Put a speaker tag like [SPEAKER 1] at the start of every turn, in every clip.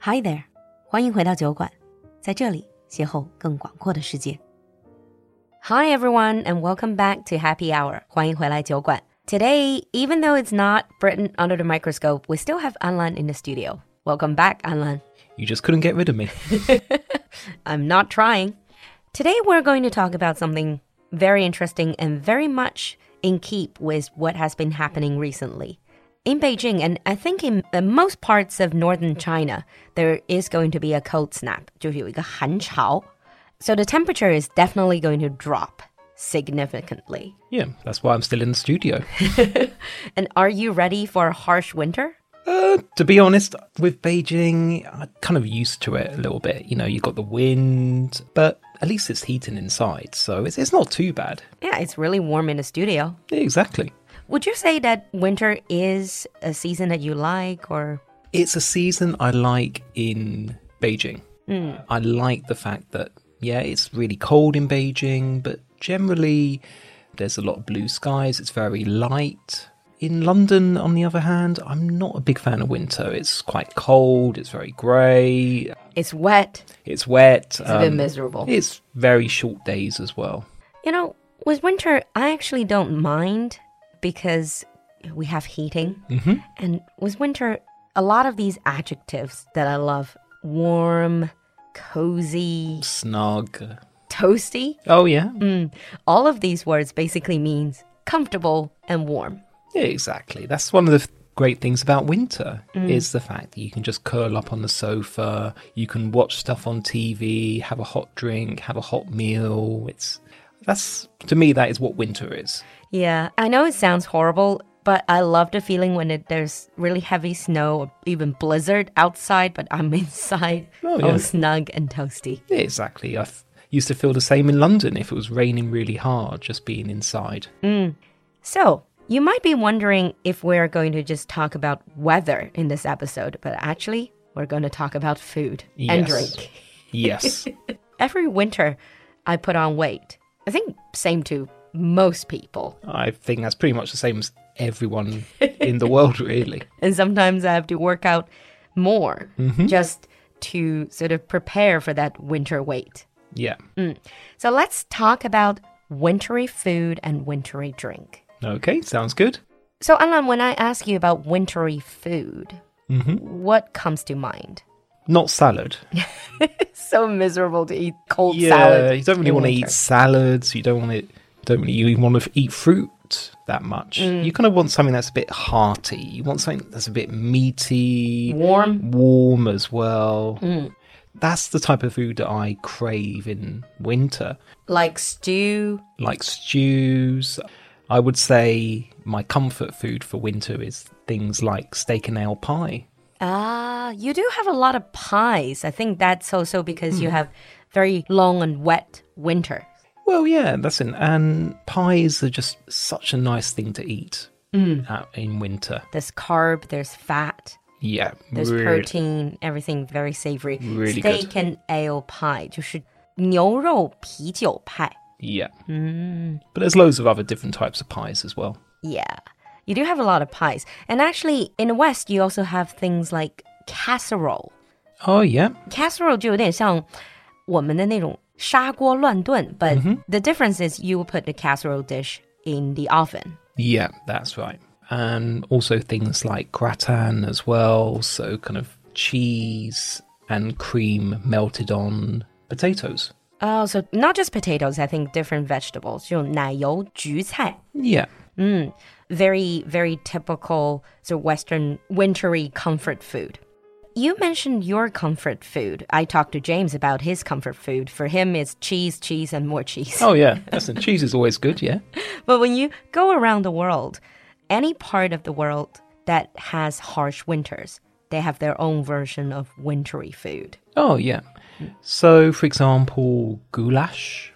[SPEAKER 1] Hi there，欢迎回到酒馆，在这里邂逅更广阔的世界。Hi everyone, and welcome back to Happy Hour. 欢迎回来酒馆。Today, even though it's not Britain under the microscope, we still have Anlan in the studio. Welcome back, Anlan.
[SPEAKER 2] You just couldn't get rid of me.
[SPEAKER 1] I'm not trying. Today, we're going to talk about something very interesting and very much in keep with what has been happening recently. In Beijing, and I think in uh, most parts of northern China, there is going to be a cold snap. 就是有一个寒潮. So the temperature is definitely going to drop significantly.
[SPEAKER 2] Yeah, that's why I'm still in the studio.
[SPEAKER 1] And are you ready for a harsh winter?
[SPEAKER 2] Uh, to be honest, with Beijing, I'm kind of used to it a little bit. You know, you've got the wind, but at least it's heating inside, so it's, it's not too bad.
[SPEAKER 1] Yeah, it's really warm in the studio.
[SPEAKER 2] Yeah, exactly.
[SPEAKER 1] Would you say that winter is a season that you like or
[SPEAKER 2] It's a season I like in Beijing. I like the fact that, yeah, it's really cold in Beijing, but generally there's a lot of blue skies, it's very light. In London, on the other hand, I'm not a big fan of winter. It's quite cold, it's very grey,
[SPEAKER 1] it's wet?
[SPEAKER 2] It's wet. It's
[SPEAKER 1] a bit miserable.
[SPEAKER 2] It's very short days as well.
[SPEAKER 1] Um, You know, with winter, I actually don't mind because we have heating. Mm-hmm. And with winter, a lot of these adjectives that I love warm, cozy,
[SPEAKER 2] Snug.
[SPEAKER 1] toasty mm,
[SPEAKER 2] Oh yeah,
[SPEAKER 1] all of these words basically means comfortable and warm.
[SPEAKER 2] yeah exactly. That's one of the f- great things about winter is the fact that you can just curl up on the sofa, you can watch stuff on TV, have a hot drink, have a hot meal. It's that's to me that is what winter is.
[SPEAKER 1] Yeah, I know it sounds horrible, but I love the feeling when it, there's really heavy snow or even blizzard outside, but I'm inside,
[SPEAKER 2] Oh,
[SPEAKER 1] all
[SPEAKER 2] yeah.
[SPEAKER 1] snug and toasty.
[SPEAKER 2] Yeah, exactly. I f- used to feel the same in London if it was raining really hard, just being inside.
[SPEAKER 1] So, you might be wondering if we're going to just talk about weather in this episode, but actually, we're going to talk about food and
[SPEAKER 2] Yes.
[SPEAKER 1] drink.
[SPEAKER 2] Yes.
[SPEAKER 1] Every winter, I put on weight. I think same to most people.
[SPEAKER 2] I think that's pretty much the same as everyone in the world, really.
[SPEAKER 1] And sometimes I have to work out more just to sort of prepare for that winter weight.
[SPEAKER 2] Yeah.
[SPEAKER 1] So, let's talk about wintry food and wintry drink.
[SPEAKER 2] Okay, sounds good.
[SPEAKER 1] So, Alan, when I ask you about wintry food, what comes to mind?
[SPEAKER 2] Not salad.
[SPEAKER 1] so miserable to eat cold
[SPEAKER 2] yeah,
[SPEAKER 1] salad.
[SPEAKER 2] you don't really
[SPEAKER 1] in
[SPEAKER 2] want to
[SPEAKER 1] winter.
[SPEAKER 2] eat salads. You don't want to. Don't really you want to eat fruit that much.
[SPEAKER 1] Mm.
[SPEAKER 2] You kind of want something that's a bit hearty. You want something that's a bit meaty,
[SPEAKER 1] warm.
[SPEAKER 2] warm as well.
[SPEAKER 1] Mm.
[SPEAKER 2] That's the type of food that I crave in winter.
[SPEAKER 1] Like stew.
[SPEAKER 2] like stews. I would say my comfort food for winter is things like steak and ale pie.
[SPEAKER 1] Ah, you do have a lot of pies. I think that's also because
[SPEAKER 2] Hmm.
[SPEAKER 1] you have very long and wet winter.
[SPEAKER 2] Well, yeah, that's it. And pies are just such a nice thing to eat
[SPEAKER 1] Mm.
[SPEAKER 2] out in winter.
[SPEAKER 1] There's carb, there's fat,
[SPEAKER 2] Yeah,
[SPEAKER 1] there's
[SPEAKER 2] really-
[SPEAKER 1] protein, everything very savory.
[SPEAKER 2] Really good.
[SPEAKER 1] Steak and ale pie. 就是牛肉啤酒派.
[SPEAKER 2] Yeah, but there's loads of other different types of pies as well.
[SPEAKER 1] Yeah. You do have a lot of pies. And actually, in the West, you also have things like casserole.
[SPEAKER 2] Oh yeah,
[SPEAKER 1] casserole 就有点像我们的那种砂锅乱炖, but the difference is you will put the casserole dish in the oven.
[SPEAKER 2] yeah, that's right. And also things like gratin as well. So kind of cheese and cream melted on potatoes.
[SPEAKER 1] Oh, so not just potatoes, I think different vegetables. 就奶油、橘菜,
[SPEAKER 2] Yeah.
[SPEAKER 1] very, very typical so Western wintry comfort food. You mentioned your comfort food. I talked to James about his comfort food. For him, it's cheese, cheese, and more cheese.
[SPEAKER 2] Oh yeah, listen, cheese is always good. Yeah,
[SPEAKER 1] But when you go around the world, any part of the world that has harsh winters, they have their own version of wintry food.
[SPEAKER 2] oh yeah. So, for example, goulash.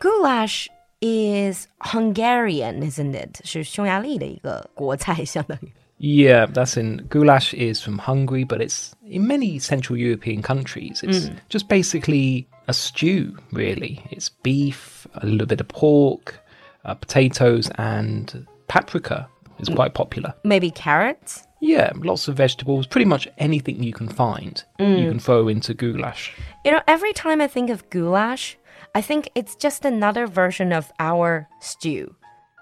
[SPEAKER 1] Goulash is Hungarian, isn't it? 是匈牙利的一个国菜，相当于。
[SPEAKER 2] Yeah, that's in goulash is from Hungary, but it's in many Central European countries. It's just basically a stew, really. It's beef, a little bit of pork, uh, potatoes, and paprika is quite popular.
[SPEAKER 1] Maybe carrots?
[SPEAKER 2] Yeah, lots of vegetables, pretty much anything you can find, you can throw into goulash.
[SPEAKER 1] You know, every time I think of goulash, I think it's just another version of our stew.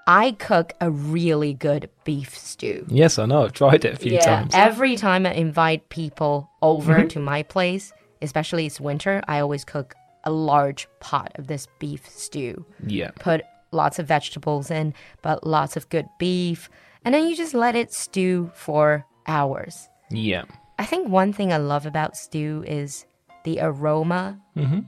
[SPEAKER 1] I cook a really good beef stew.
[SPEAKER 2] Yes, I know, I've tried it a few times.
[SPEAKER 1] Every time I invite people over to my place, especially it's winter, I always cook a large pot of this beef stew.
[SPEAKER 2] Yeah.
[SPEAKER 1] Put lots of vegetables in, but lots of good beef, and then you just let it stew for hours.
[SPEAKER 2] Yeah.
[SPEAKER 1] I think one thing I love about stew is the aroma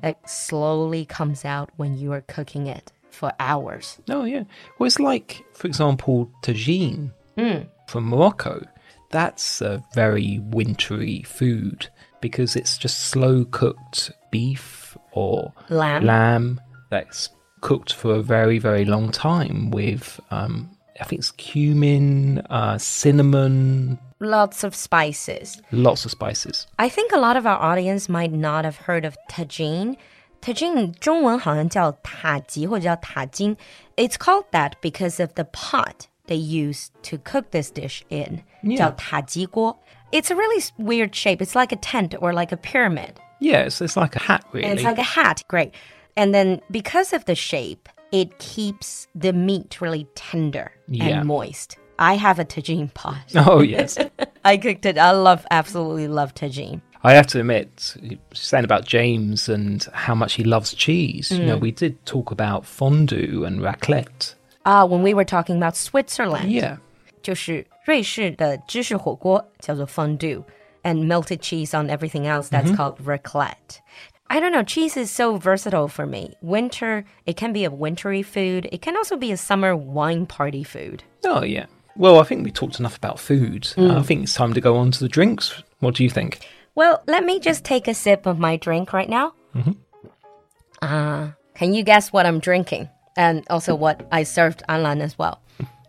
[SPEAKER 1] that slowly comes out when you are cooking it for hours.
[SPEAKER 2] Oh, yeah. Well, it's like, for example, tagine
[SPEAKER 1] Hmm.
[SPEAKER 2] from Morocco. That's a very wintry food because it's just slow cooked beef or
[SPEAKER 1] Lamb.
[SPEAKER 2] lamb that's cooked for a very, very long time with, um, I think it's cumin, uh, cinnamon,
[SPEAKER 1] Lots of spices.
[SPEAKER 2] lots of spices.
[SPEAKER 1] I think a lot of our audience might not have heard of tagine. Tagine, 中文好像叫塔吉或者叫塔金. It's called that because of the pot they use to cook this dish in.
[SPEAKER 2] Yeah.
[SPEAKER 1] 叫塔吉锅. It's a really s- weird shape. It's like a tent or like a pyramid.
[SPEAKER 2] Yeah, it's, it's like a hat, really.
[SPEAKER 1] And it's like a hat. Great. And then because of the shape, it keeps the meat really tender
[SPEAKER 2] Yeah.
[SPEAKER 1] and moist. I have a tagine pot.
[SPEAKER 2] Oh, yes.
[SPEAKER 1] I cooked it. I love, absolutely love tagine.
[SPEAKER 2] I have to admit, saying about James and how much he loves cheese, you know, we did talk about fondue and raclette.
[SPEAKER 1] Ah, when we were talking about Switzerland,
[SPEAKER 2] Yeah.
[SPEAKER 1] 就是瑞士的芝士火锅叫做 fondue, and melted cheese on everything else that's called raclette. I don't know, cheese is so versatile for me. Winter, it can be a wintry food. It can also be a summer wine party food.
[SPEAKER 2] Oh, yeah. Well, I think we talked enough about food. Uh, I think it's time to go on to the drinks. What do you think?
[SPEAKER 1] Well, let me just take a sip of my drink right now. Ah,
[SPEAKER 2] Mm-hmm.
[SPEAKER 1] can you guess what I'm drinking? And also what I served Anlan as well.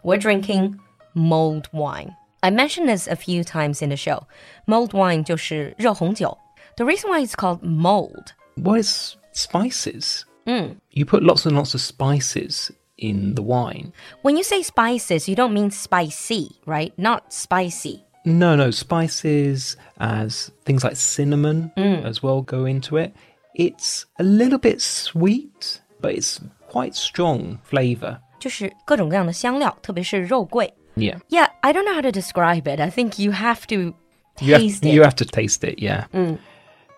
[SPEAKER 1] We're drinking mulled wine. I mentioned this a few times in the show. Mulled wine 就是热红酒. The reason why it's called mulled,
[SPEAKER 2] Well, it's spices. You put lots and lots of spices in the wine.
[SPEAKER 1] when you say spices, you don't mean spicy, right? Not spicy.
[SPEAKER 2] No, no, spices as things like cinnamon as well go into it. It's a little bit sweet, but it's quite strong flavour.
[SPEAKER 1] 就是各种各样的香料，特别是肉桂.
[SPEAKER 2] Yeah.
[SPEAKER 1] Yeah, I don't know how to describe it. I think you have to
[SPEAKER 2] You have,
[SPEAKER 1] taste it. Mm.
[SPEAKER 2] you have to taste it, yeah.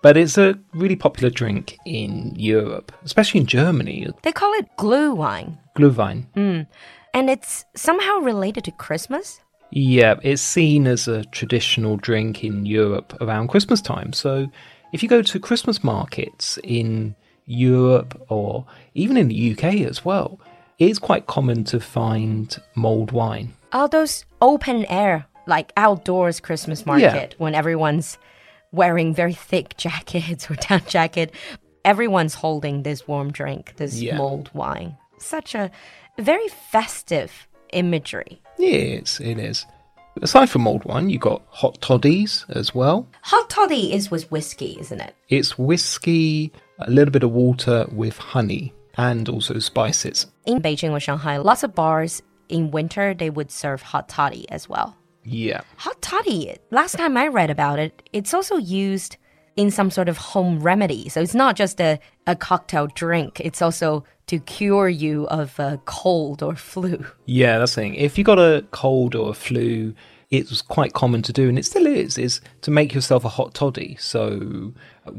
[SPEAKER 2] But it's a really popular drink in Europe, especially in Germany.
[SPEAKER 1] They call it glue wine,
[SPEAKER 2] Glühwein.
[SPEAKER 1] Mm. and it's somehow related to Christmas.
[SPEAKER 2] Yeah, it's seen as a traditional drink in Europe around Christmas time. So if you go to Christmas markets in Europe or even in the UK as well, it's quite common to find mulled wine.
[SPEAKER 1] All those open air, like outdoors Christmas market when everyone's wearing very thick jackets or down jacket, everyone's holding this warm drink, this
[SPEAKER 2] Yeah.
[SPEAKER 1] mulled wine. Such a very festive imagery.
[SPEAKER 2] Yes, it is. Aside from mulled wine, you've got hot toddies as well.
[SPEAKER 1] Hot toddy is with whiskey, isn't it?
[SPEAKER 2] It's whiskey, a little bit of water with honey, and also spices.
[SPEAKER 1] In Beijing or Shanghai, lots of bars in winter they would serve hot toddy as well.
[SPEAKER 2] Yeah.
[SPEAKER 1] Hot toddy, last time I read about it, it's also used in some sort of home remedy. So it's not just a, a cocktail drink, it's also to cure you of a cold or flu.
[SPEAKER 2] Yeah, that's the thing. If you got a cold or a flu, it was quite common to do, and it still is, is to make yourself a hot toddy. So,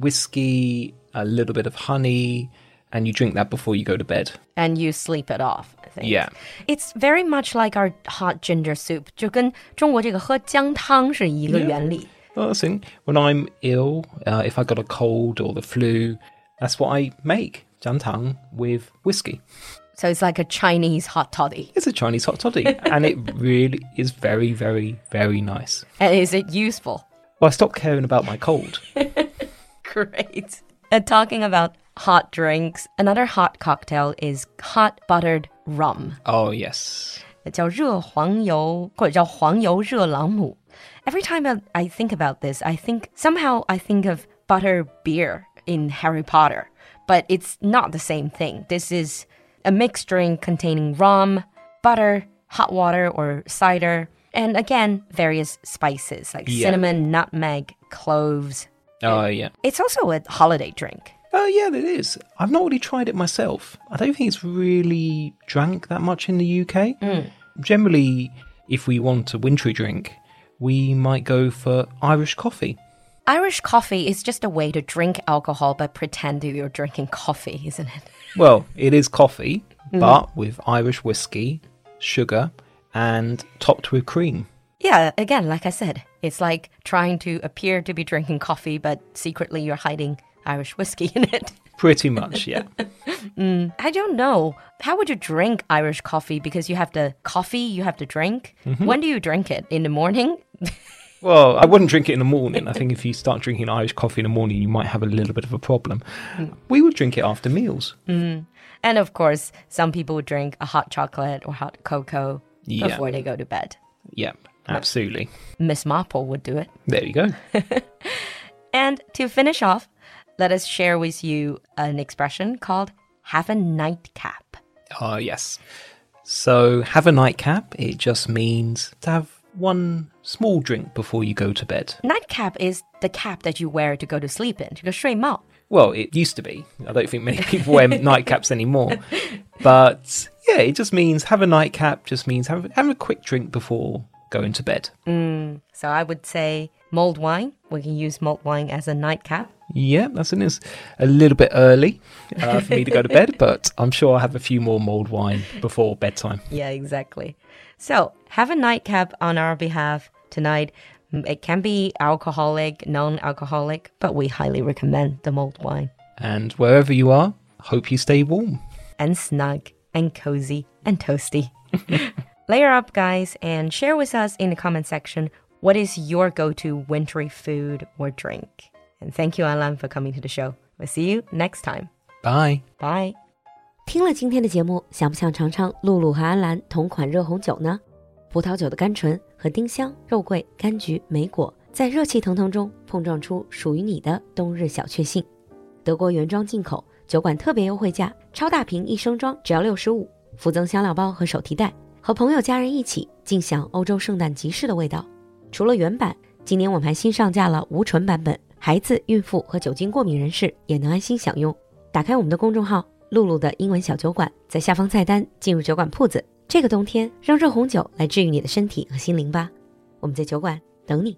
[SPEAKER 2] whiskey, a little bit of honey, and you drink that before you go to bed.
[SPEAKER 1] And you sleep it off, I think.
[SPEAKER 2] Yeah.
[SPEAKER 1] It's very much like our hot ginger soup. 就跟中国这个喝姜汤是一个原理。
[SPEAKER 2] Well, that's the thing. When I'm ill, uh, if I got a cold or the flu, that's what I make jantang with whiskey.
[SPEAKER 1] So it's like a Chinese hot toddy.
[SPEAKER 2] It's a Chinese hot toddy, and it really is very, very, very nice.
[SPEAKER 1] And is it useful?
[SPEAKER 2] Well, I stopped caring about my cold.
[SPEAKER 1] Great. And talking about hot drinks, another hot cocktail is hot buttered rum.
[SPEAKER 2] Oh, yes.
[SPEAKER 1] 叫热黄油或者叫黄油热朗姆. Every time I, I think about this, I think somehow I think of butter beer in Harry Potter, but it's not the same thing. This is a mixed drink containing rum, butter, hot water, or cider. And again, various spices like
[SPEAKER 2] Yeah.
[SPEAKER 1] cinnamon, nutmeg, cloves.
[SPEAKER 2] Oh, yeah.
[SPEAKER 1] It's also a holiday drink.
[SPEAKER 2] Oh, yeah, it is. I've not really tried it myself. I don't think it's really drank that much in the UK. Generally, if we want a wintry drink, we might go for Irish coffee.
[SPEAKER 1] Irish coffee is just a way to drink alcohol but pretend that you're drinking coffee, isn't it?
[SPEAKER 2] Well, it is coffee, but with Irish whiskey, sugar, and topped with cream.
[SPEAKER 1] Yeah, again, like I said, it's like trying to appear to be drinking coffee but secretly you're hiding Irish whiskey in it.
[SPEAKER 2] Pretty much, yeah.
[SPEAKER 1] I don't know. How would you drink Irish coffee? Because you have the coffee, you have to drink. When do you drink it? In the morning?
[SPEAKER 2] Well, I wouldn't drink it in the morning. I think if you start drinking Irish coffee in the morning, you might have a little bit of a problem. We would drink it after meals.
[SPEAKER 1] And of course, some people would drink a hot chocolate or hot cocoa
[SPEAKER 2] Yeah.
[SPEAKER 1] before they go to bed.
[SPEAKER 2] Yep, absolutely.
[SPEAKER 1] Miss Marple would do it.
[SPEAKER 2] There you go.
[SPEAKER 1] And to finish off, let us share with you an expression called have a nightcap.
[SPEAKER 2] Oh, yes. So, have a nightcap. It just means to have one small drink before you go to bed.
[SPEAKER 1] Nightcap is the cap that you wear to go to sleep in, 就睡帽.
[SPEAKER 2] Well, it used to be. I don't think many people wear nightcaps anymore. But yeah, it just means have a nightcap, just means have, have a quick drink before going to bed.
[SPEAKER 1] Mm, So I would say mulled wine. We can use mulled wine as a nightcap.
[SPEAKER 2] Yeah, that's it. It's a little bit early uh, for me to go to bed, but I'm sure I'll have a few more mulled wine before bedtime.
[SPEAKER 1] Yeah, exactly. So have a nightcap on our behalf tonight. Mm, It can be alcoholic, non alcoholic, but we highly recommend the mulled wine.
[SPEAKER 2] And wherever you are, hope you stay warm.
[SPEAKER 1] and snug and cozy and toasty. Layer up, guys, and share with us in the comment section what is your go to wintry food or drink. And thank you, Alan, for coming to the show. We'll see you next time.
[SPEAKER 2] Bye.
[SPEAKER 1] Bye.
[SPEAKER 3] 听了今天的节目，想不想尝尝露露和安澜同款热红酒呢？葡萄酒的甘醇和丁香、肉桂、柑橘、莓果在热气腾腾中碰撞出属于你的冬日小确幸。德国原装进口，酒馆特别优惠价，超大瓶一升装只要六十五，附赠香料包和手提袋，和朋友家人一起尽享欧洲圣诞集市的味道。除了原版，今年我们还新上架了无醇版本，孩子、孕妇和酒精过敏人士也能安心享用。打开我们的公众号“露露的英文小酒馆”，在下方菜单进入酒馆铺子。这个冬天，让热红酒来治愈你的身体和心灵吧。我们在酒馆等你。